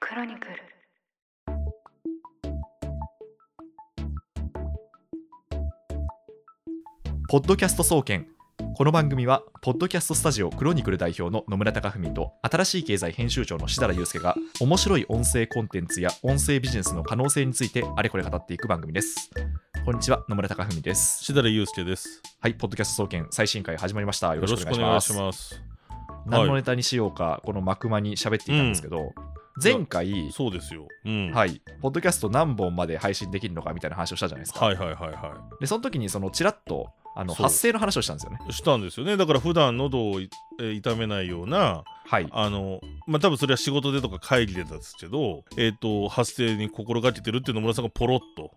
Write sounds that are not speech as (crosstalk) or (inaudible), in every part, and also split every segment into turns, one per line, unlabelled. クロニクル
ポッドキャスト総研この番組はポッドキャストスタジオクロニクル代表の野村貴文と新しい経済編集長の志田祐介が面白い音声コンテンツや音声ビジネスの可能性についてあれこれ語っていく番組ですこんにちは野村貴文です
しだれゆうすけです。
はいポッドキャスト総研最新回始まりましたよ
よ
ろ
ろ
しくお
しく
願
お
いし
願
ま
い
す
します。
何のネタにしようかこの幕間に喋っていたんですけど、前回
そうですよ。うん。。
はいい、ポッドキャスト何本まで配信できるのかみたいな話をしたじゃないですか。
はいはいはいは
で、その時にそのちらっとあの
そう
発声の話をしたんですよね。
い。したんですよね。だから普段喉をいえー痛めないような、
はい。
あの、まあ、多分それは仕事でとか会議でですけど、えっ、と、発声に心がけてるっていう野村さんがポロッと、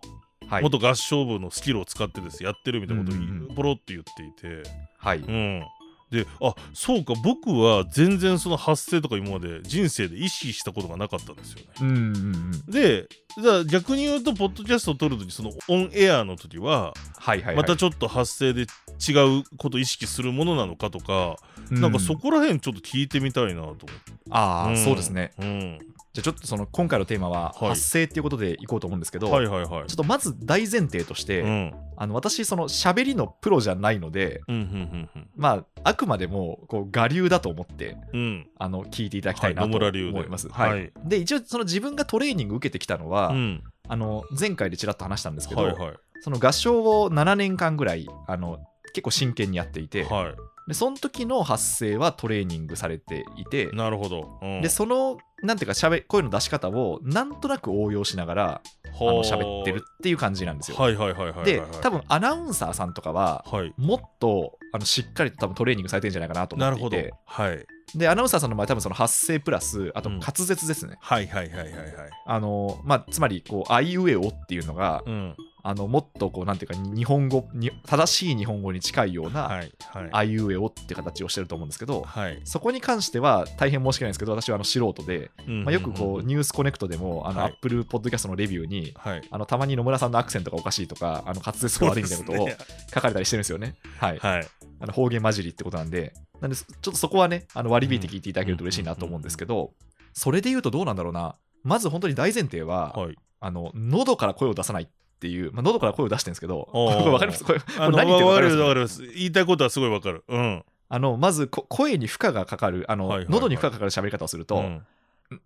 はい。
元合唱部のスキルを使ってです、やってるみたいなことを
うんうんうん
ポロッと言っていて、
はい。
うん。であそうか僕は全然その発声とか今まで人生で意識したことがなかったんですよね。
うんうんうん。
でじゃあ逆に言うとポッドキャストを撮るときそのオンエアの時は
はいはい、はい。
またちょっと発声で違うことを意識するものなのかとか、
う
なんかそこら辺ちょっと聞いてみたいなと思って、
ああ、
ん
そうですね。
うん、
じゃあちょっとその今回のテーマは
はい
発声っていうことでいこうと思うんですけど、
はいはいはい
ちょっとまず大前提として、
うんうん
あの私、その喋りのプロじゃないので、
うんうんうん
まあ、あくまでもこう我流だと思って、
うん
あの聞いていただきたいな
はい
と
野村流で
思います。はい
はい
で一応その自分がトレーニング受けてきたのは、
うん
あの前回でちらっと話したんですけど、
はいは
その合唱を7年間ぐらいあの結構真剣にやってい
い
て、
は
でその時の発声はトレーニングされていて
いなるほど、うん、
でそのなんていうかしゃべ声の出し方をなんとなく応用しながらあ
は
の
あ
喋ってるっていう感じなんですよ。
はいはいはいはいはい
で多
分
分アナウンサーさんとかは
はい
もっとあのしっかりと多分トレーニングされてるんじゃないかなと思
なる
ってい
ほど、はい
て、でアナウンサーさんの場合多分その発声プラスあと
うん
滑舌ですね、
はいはいはいはいはい
あのまあ、つまりこう「あいうえお」っていうのが、
うん
あのもっとこうなんていうかに日本語に正しい日本語に近いような、
はいはい
あいうえおって形をしてると思うんですけど、
はい、
そこに関しては大変申し訳ないんですけど、私はあの素人で、
うん
まあ、よくこう、ニュースコネクトでも、あの、
はい
アップルポッドキャストのレビューに、
はい
あの、たまに野村さんのアクセントがおかしいと
(laughs)
か、あの、滑舌が悪いみたいなこと
そう
を
です
書かれたりしてるんですよね。はい。
ねはい
あの方言混じりってことなんで、なんで、ちょっとそこはね、あの割り引いて聞いていただけると嬉しいなと思うんですけど、それで言うとどうなんだろうな。まず本当に大前提は、
はい
あの、喉から声を出さないっていう、まあ、喉から声を出してるんですけど、
おー
これ (laughs) わかりますこれ、これ
あの
何言ってるか
わ
わ
か
かり
る
ます
わかります。言いたいことはすごいわかる。うん。
あの、まずこ声に負荷がかかる、あの、
はいはいはい
喉に負荷がかかる喋り方をすると、
うん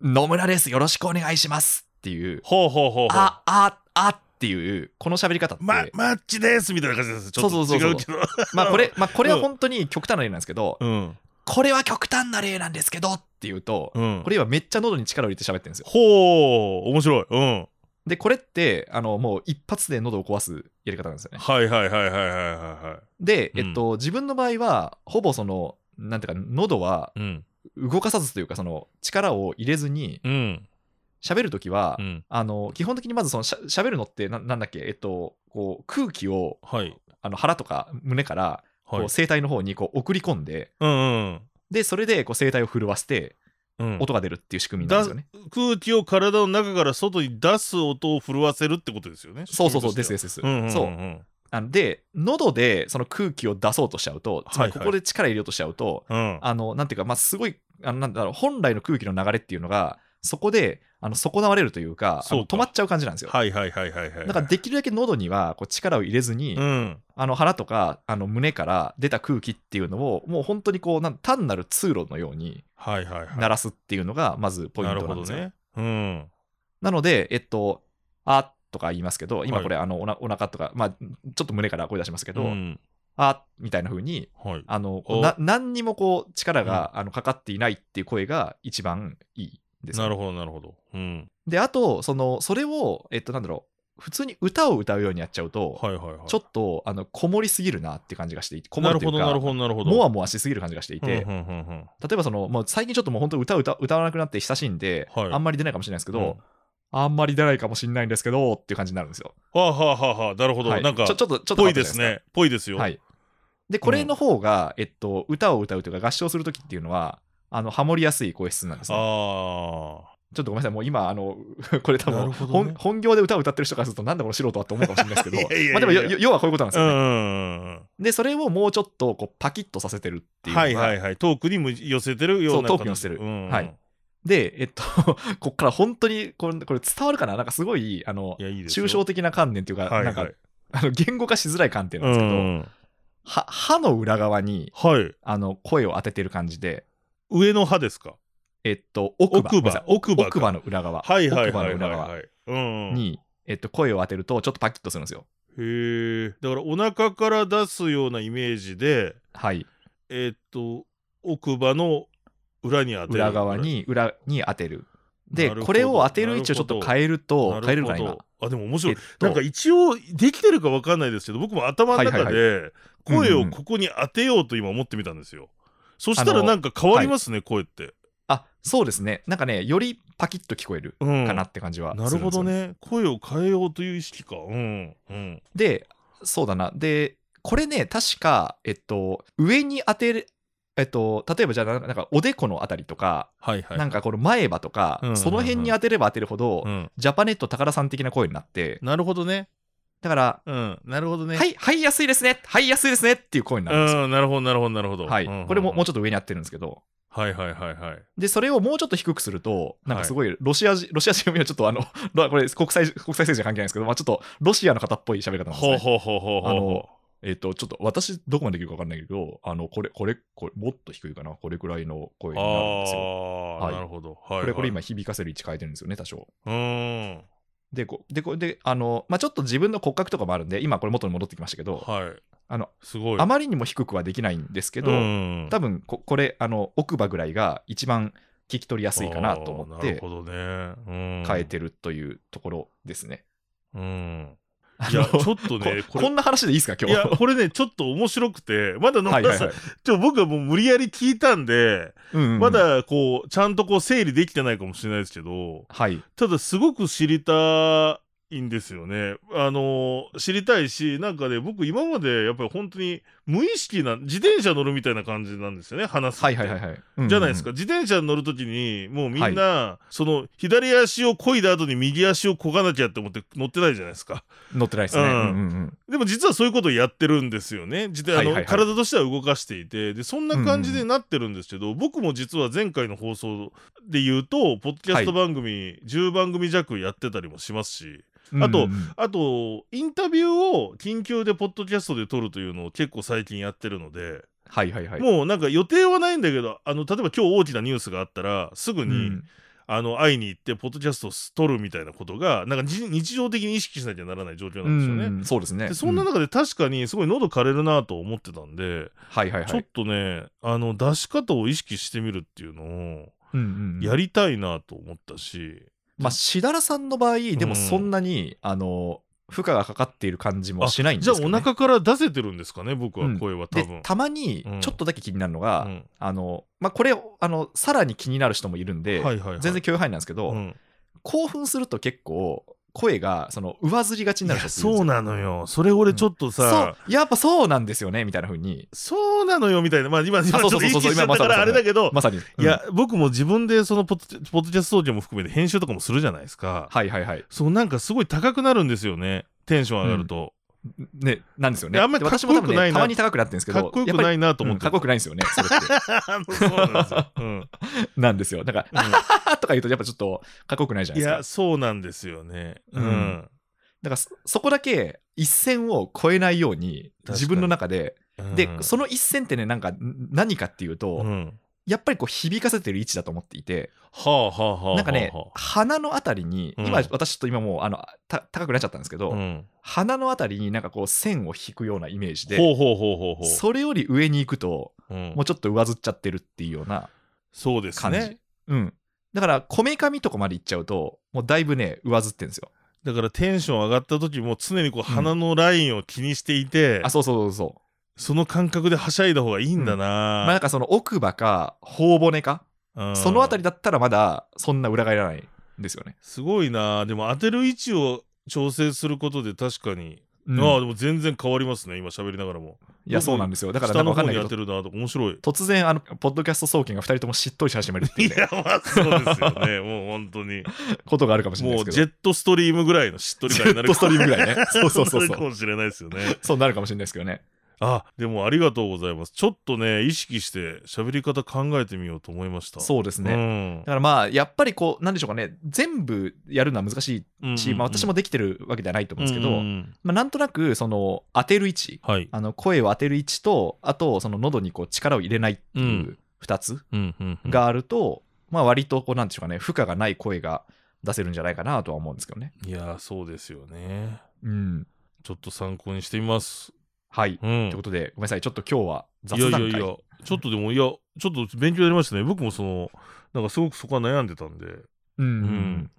野村です、よろしくお願いしますっていう、
ほうほうほうほう。
あ、あ、あっていう、この喋り方って、
ま、マッチですみたいな感じです。ちょっ
そうそ
と
うそ
違
う
うけど。 (laughs)
まあこれ、まあこれは
うん
本当に極端な例なんですけど、
うん。
これは極端な例なんですけどっていうと、
うん。
これ今めっちゃ喉に力を入れて喋ってるんですよ。
ほう、面白い。うん。
で、これって、あの、もう一発で喉を壊すやり方なんですよね。
はいはいはいはいはいはいは
で、
うん。
えっと、自分の場合は、ほぼその、なんていうか、喉はい
うん。
動かさずというか、その、力を入れずに、
うん。
喋るときは、
うん。
あの基本的にまずそのしゃ喋るのってななんだっけ、えっと、こう空気を
はい。
あの腹とか胸からこ。
はいう
声帯の方にこう送り込んで
うんうん。
でそれでこう声帯を震わせて
うん、
音が出るっていう仕組みなんですよね。
空気を体の中から外に出す音を震わせるってことですよね。。
そうそうそうですですすです。
うんうんうん、
そう
うん
あので喉でその空気を出そうとしちゃうとつまり
は
こ
いはい
こで力入れようとしちゃうと、
うん。
あのなんていうか、まあ、すごいあのなんだろう本来の空気の流れっていうのがそこであの損なわれるというかあの
そうか
止まっちゃう感じなんですよ。
はいはいはいはいはい。
だからできるだけ喉にはこう力を入れずに、
うん。
あの腹とかあの胸から出た空気っていうのをもう本当にこうなん単なる通路のように
はいはいはい。
鳴らすっていうのがまずポイン
なる
トな
ほ
ん
ど
ですよ。な
ね。うん。
ので、えっと、あとか言いますけど、今
はい
これ、あのおなお腹とか、まあ、ちょっと胸から声出しますけど、
うん、
あみたいな風に
はい。
あの
お
な何にもこう力が、あのかかっていないっていう声が一番いいですね、
なるほどなるほど。うん。
で、あと、そのそれを、えっと、なんだろう、普通に歌を歌うようにやっちゃうと、
はいはいはい。
ちょっとあのこもりすぎるなって感じがしていて、こも
な
る
る
とい
ほ
うか、
どなるほどなるほど。
もわもわしすぎる感じがしていて、
うんうんうんうん
例えばその、もう最近ちょっともう本当歌を歌歌わなくなって久しいんで、
はい
あんまり出ないかもしれないですけど、
うん
あんまり出ないかもしれないんですけどっていう感じになるんですよ。
はあはあはあはあ、なるほど。
はい
なんか
ちょ、ちょっと、ちょっと
ぽ
変わ
い
った
で
じゃ
す
ない
ね。ぽいです
す
よ。
か。はい。で、これの方が、えっと、歌を歌うというか合唱するときっていうのは、あのハモりやすい声質なんですね。
あ
ちょっとごめんなさい、もう今、あの (laughs) これ多
な
分、
るほど
本
ね
本業で歌を歌ってる人からすると、なんだこの素人はって思うかもしれないですけ
(laughs) いやいや
ど、
いや
まあでもよ、よ要はこういうことなんです
あ。う
よ
ん
ね。
うんうん
で、それをもうちょっとこうパキッとさせてるっていうの
うん。
が、
はいはいはい。トークにも寄せてるような
そうトークに寄せてる
うんうん
はいで、えっと、 (laughs) こっから本当にこれ、これ伝わるかななんかすごい、あの
い、や、いいですよ。
抽象的な観念というか、
はい
な
は
ん
い。
か、あの言語化しづらい観点なんですけど、
うん
は歯の裏側に、
はい。
あの、声を当ててる感じで、
上の歯ですか
えっと、奥歯。
奥
ごめんな
歯
さ。い
奥歯か。
奥歯の裏側。
はいはい
奥歯
は
の
いは
裏
い
側
はい。うん。
に、えっと、声を当てると、ちょっとパキッとするんですよ。
へえ。だからお腹から出すようなイメージで、
はい。
えーっと、奥歯の裏に当てる。
裏側に、裏に当てる。で、
なるほど
これを当てる位置をちょっと変えると、変えれるかな、
な
今
ほ。どあ、でも面白い。
えっと
なんか一応できてるかわかんないですけど、僕も頭の
は
中
い
で
うんうん
声をここに当てようと今思ってみたんですよ。そした
あ
ら
の
なんか変わりますね、声って。
あ、そうですね。なんかね、よりパキッと聞こえる
うん。
かなって感じはするん
な
です
る
よ、
ほど。ね。声を変えようという意識か。うん。うん。
で、そうだな。で、これね、確か、えっと、上に当てる、えっと、例えばじゃあ、なんかなんかおでこのあたりとか、
はいは
なんかこの前歯とか、
うんうんうん
その辺に当てれば当てるほど、
うん、
ジャパネット高田さん的な声になって、
なるほどね。
だから、
うん。なるほどね。
はい、はい、安いですね、はい、安いですねっていう声になるんですよ。
うん、なるほど、なるほど、なるほど。
はい、
うん
これももう
も
ちょっと上にやってるんですけど、
はいはいはいはい。
で、それをもうちょっと低くすると、なんかすごい、ロシア人、ロシア人はちょっとあの、 (laughs) ロこれ国際、国際政治は関係ないんですけど、まあちょっとロシアの方っぽい喋り方なんですね。
ほうほうほうほうほう
あ
ほ
のえっ、と、ちょっと私、どこまでできるか分かんないけど、あの、これ、これ、これ、もっと低いかな、これくらいの声
う。
になるんですよ。
あ
は
あ、
い
なるほど。はい。
これ、これ今
はい、
響かせる位置変えてるんですよね、多少。
うーん。
で、こで、こで、あの、まあちょっと自分の骨格とかもあるんで、今これ元に戻ってきましたけど、
はい。
あの、
すごい。
あ
ま
まりにも低くはできないんですけ
け
ど、
うん、
多分こ、これ、あの、奥歯ぐらいが一番聞き取りやすいかなと思っ
あーなる
て、
ほどね。うん、
変えてるというところですね。
うん。
あ
いや、ち
の
ょっとね、
こ
こ
こ
れ。
んな話でいいですか、今
い
日。 (laughs)
や、これね、ちょっと面白くて、まだ野
はいは
村
い
さ
は
ん
い、
ちょ僕はもう無理やり聞いたんで、
うんうんうん
ま、だこう、ちゃんとこう整理できてないかもしれないですけど、
はい、
ただすごく知りたいんですよね。あの知りたいしなんかね僕今までやっぱり本当に無意識な自転車乗るみたいな感じなんですよね話すって
はいはいはいはい。うんうん
じゃないですか、。自転車に乗る時にもうみんな、その左足を漕いだ後に右足を漕がなきゃって思って乗ってないじゃないですか
乗ってないですね。
う
うんんうんうん
でも実はそういうことをやってるんですよね自転あ
はい
の、
はいはい
体としては動かしていてでそんな感じ
うんうん
でなってるんですけど、僕も実は前回の放送で言うとポッドキャスト番組、10番組弱やってたりもしますしあと
うんうんうん
あと、インタビューを緊急でポッドキャストで撮るというのを結構最近やってるので、
はいはいはい。
もうなんか予定はないんだけど、あの、例えば今日大きなニュースがあったら、すぐ
う
に、
ん
あの、会いに行って、ポッドキャストを撮るみたいなことが、なんか日日常的に意識しなきゃならない状況
う
なんですよね。
んうんそうですね。
でそんな
う
中で確かにすごい喉枯れるなと思ってたんで、
はいはい
ち
は
ょっ
い。
とねあの出し方を意識してみるっていうのを
うんうんうん
やりたいなと思ったし、
まあ、しだらさんの場合、でもそんなに、あの、負荷がかかっている感じも
あ
しないんです
じゃ
け
あ
ど
お
ね。
腹から出せてるんですかね僕は声は多分。
で、たまに
うん、
ちょっとだけ気になるのが、
うん
あの、まあ、これ、あの、さらに気になる人もいるんで、
はいはいはい
全然許容範囲なんですけど、
うん
興奮すると結構、声が、その、上ずりがちにないる
や
人
そうなの
よ。
よそれ俺ちょっとさ、
そう、やっぱそうなんですよね、みたいな風に、
そうなのよみたいなまあ今今ちょ
そうそう
っと
そう
意
そう
識しちゃったから
今
あれだけど、
まさに。うん
い、や僕も自分でそのポッドポッドキャスト総研も含めて編集とかもするじゃないですか、
はいはいはい。
そうなんかすごい高くなるんですよねテンション上がると、
ね、なんですよね。
であんまり
で私
か
も
っ
多
こよく
分
ない
ね、
な
たまに高くなってるんですけど、
かっこよく
やっぱ
な
り
いなと思っ
うん
て
かっこよくないんですよね、それって。
(laughs) あのそうなんですよ、うん
なんですよ。だから、 (laughs)
うん
あははとか言うと、やっぱちょっとかっこよくないじゃない
い
ですか。
やそうなんですよねう
うんん、だからそ、そこだけ一線を越えないように、
確かに
自分の中で、
うん
で、その一線ってね、なんか、ん何かっていうと、
うん
やっぱりこう響かせてる位置だと思っていて、
はあはあはあはあ
なんかね、鼻のあたりに、今
うん、
私ちょっと今もう、あの、た高くなっちゃったんですけど、
うん、
鼻のあたりになんかこう線を引くようなイメージで、
ほうほうほうほうほう
それより上に行くと、
うん
もうちょっと上ずっちゃってるっていうような
そうです
感じ。
ね
うん。だから、こめかみとかまで行っちゃうと、もうだいぶね、上ずってんですよ。
だからテンション上がった時も常にこう鼻のラインを気にしていて、
あ、そうそうそうそう。
その感覚ではしゃいだ方がいいんだ
まあ、な
な、
んかその奥歯か、頬骨か、
うん
そのあたりだったらまだそんな裏返らないんですよね。
すごいなでも当てる位置を調整することで確かに、
うん
ああでも全然変わりますね今喋りながらも
いや、そうなんですよ。だから、な
下
んかわかん
の方
な
に
い
当
け
て
ど、
るなとか面白い (laughs)
突然、あの、ポッドキャスト総研が2人ともしっとりし始めるってい、
いう
ね
や、まあそうですよ
(laughs)
ねもう本当に
ことがあるかもしれな
も
いで
う
すけど。
ジェットストリームぐらいのしっとり
ジェ
感にな
ッ (laughs)
る
トストリームぐらいね。そうそうそう
な
そ
るか
う。
もしれないですよね
そうなるかもしれないですけどね。
(laughs) あでもありがとうございますちょっとね意識して喋り方考えてみようと思いました
そうですね、
ね
だからまあやっぱりこうなんでしょうかね全部やるのは難しいし、まあ、私もできてるわけではないと思うんですけど、まあ、なんとなくその当てる位置
はい
あの声を当てる位置とあとその喉にこう力を入れないって
う
いうん2つ
うんうんうん
があると、まあ、割とこうなんでしょうかね負荷がない声が出せるんじゃないかなとは思うんですけどね。
いやーそうですよね
うん、
ちょっと参考にしてみます
はい、
うん
ということでごめんなさいちょっと今日はい雑
や
談
いや
会
いやちょっとでもいやちょっと勉強になりましたね僕もそのなんかすごくそこは悩んでたんで
うんうんう
うん
ん、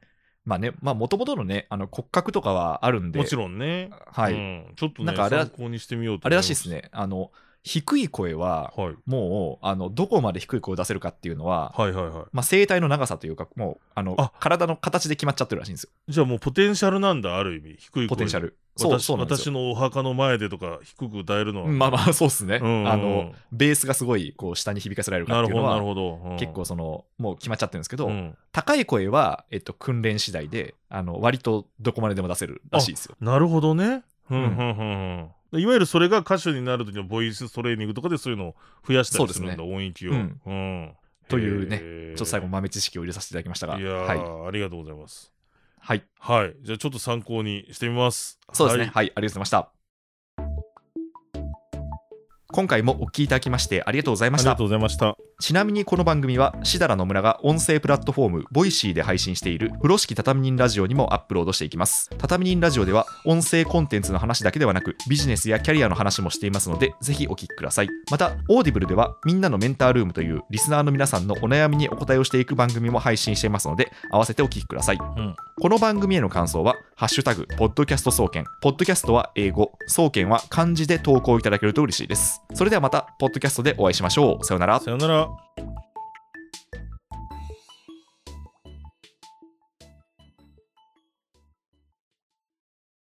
まあねまあもともとのねあの骨格とかはあるんで
もちろんね
はい
うんちょっとね
なんかあれ
参考にしてみようと
あ
思
れ
い
ら
ます
しいですねあの低い声は
はい
もうあのどこまで低い声を出せるかっていうのは、
はいはいは
まあ、声帯の長さというかもうあの
あ
体の形で決まっちゃってるらしいんですよ
いじゃあもうポテンシャルなんだある意味低い声
ポテンシャルそう
私
そうなんです
私
よ
のお墓の前でとか低く歌えるのは、
まあまあそうですね、
うんうんうん
あのベースがすごいこう下に響かせられるか
な
っ
る
ていう
ほ
の
どなる
は
ほど、うん
結構そのもう決まっちゃってるんですけど、
うん
高い声は、えっと、訓練次第であの割とどこまででも出せるらしいですよ。
なるほどねうんうんうんうんいわゆるそれが歌手になる時のボイストレーニングとかでそういうのを増やしたりするんだ、
そ
音域を、
うん
うん
というね
へ
ちょ
ー
っと最後豆知識を入れさせていただきましたが、
いやー、
はい、
ありがとうございます
はい、
はいじゃあちょっと参考にしてみます
そうですね、
は
はいい、ありがとうございました。今回もお聞きいただきましてありがとうござい
あ
ま
り
し
が
た
とう。ございました
ちなみにこの番組はしだらの村が音声プラットフォームボイシーで配信している風呂敷畳人ラジオにもアップロードしていきます畳人ラジオでは音声コンテンツの話だけではなくビジネスやキャリアの話もしていますのでぜひお聞きくださいまたオーディブルではみんなのメンタールームというリスナーの皆さんのお悩みにお答えをしていく番組も配信していますので合わせてお聞きください
うん
この番組への感想は「ハッシュタグポッドキャスト総研」ポッドキャストは英語総研は漢字で投稿いただけると嬉しいですそれではまたポッドキャストでお会いしましょうさようなら
さよなら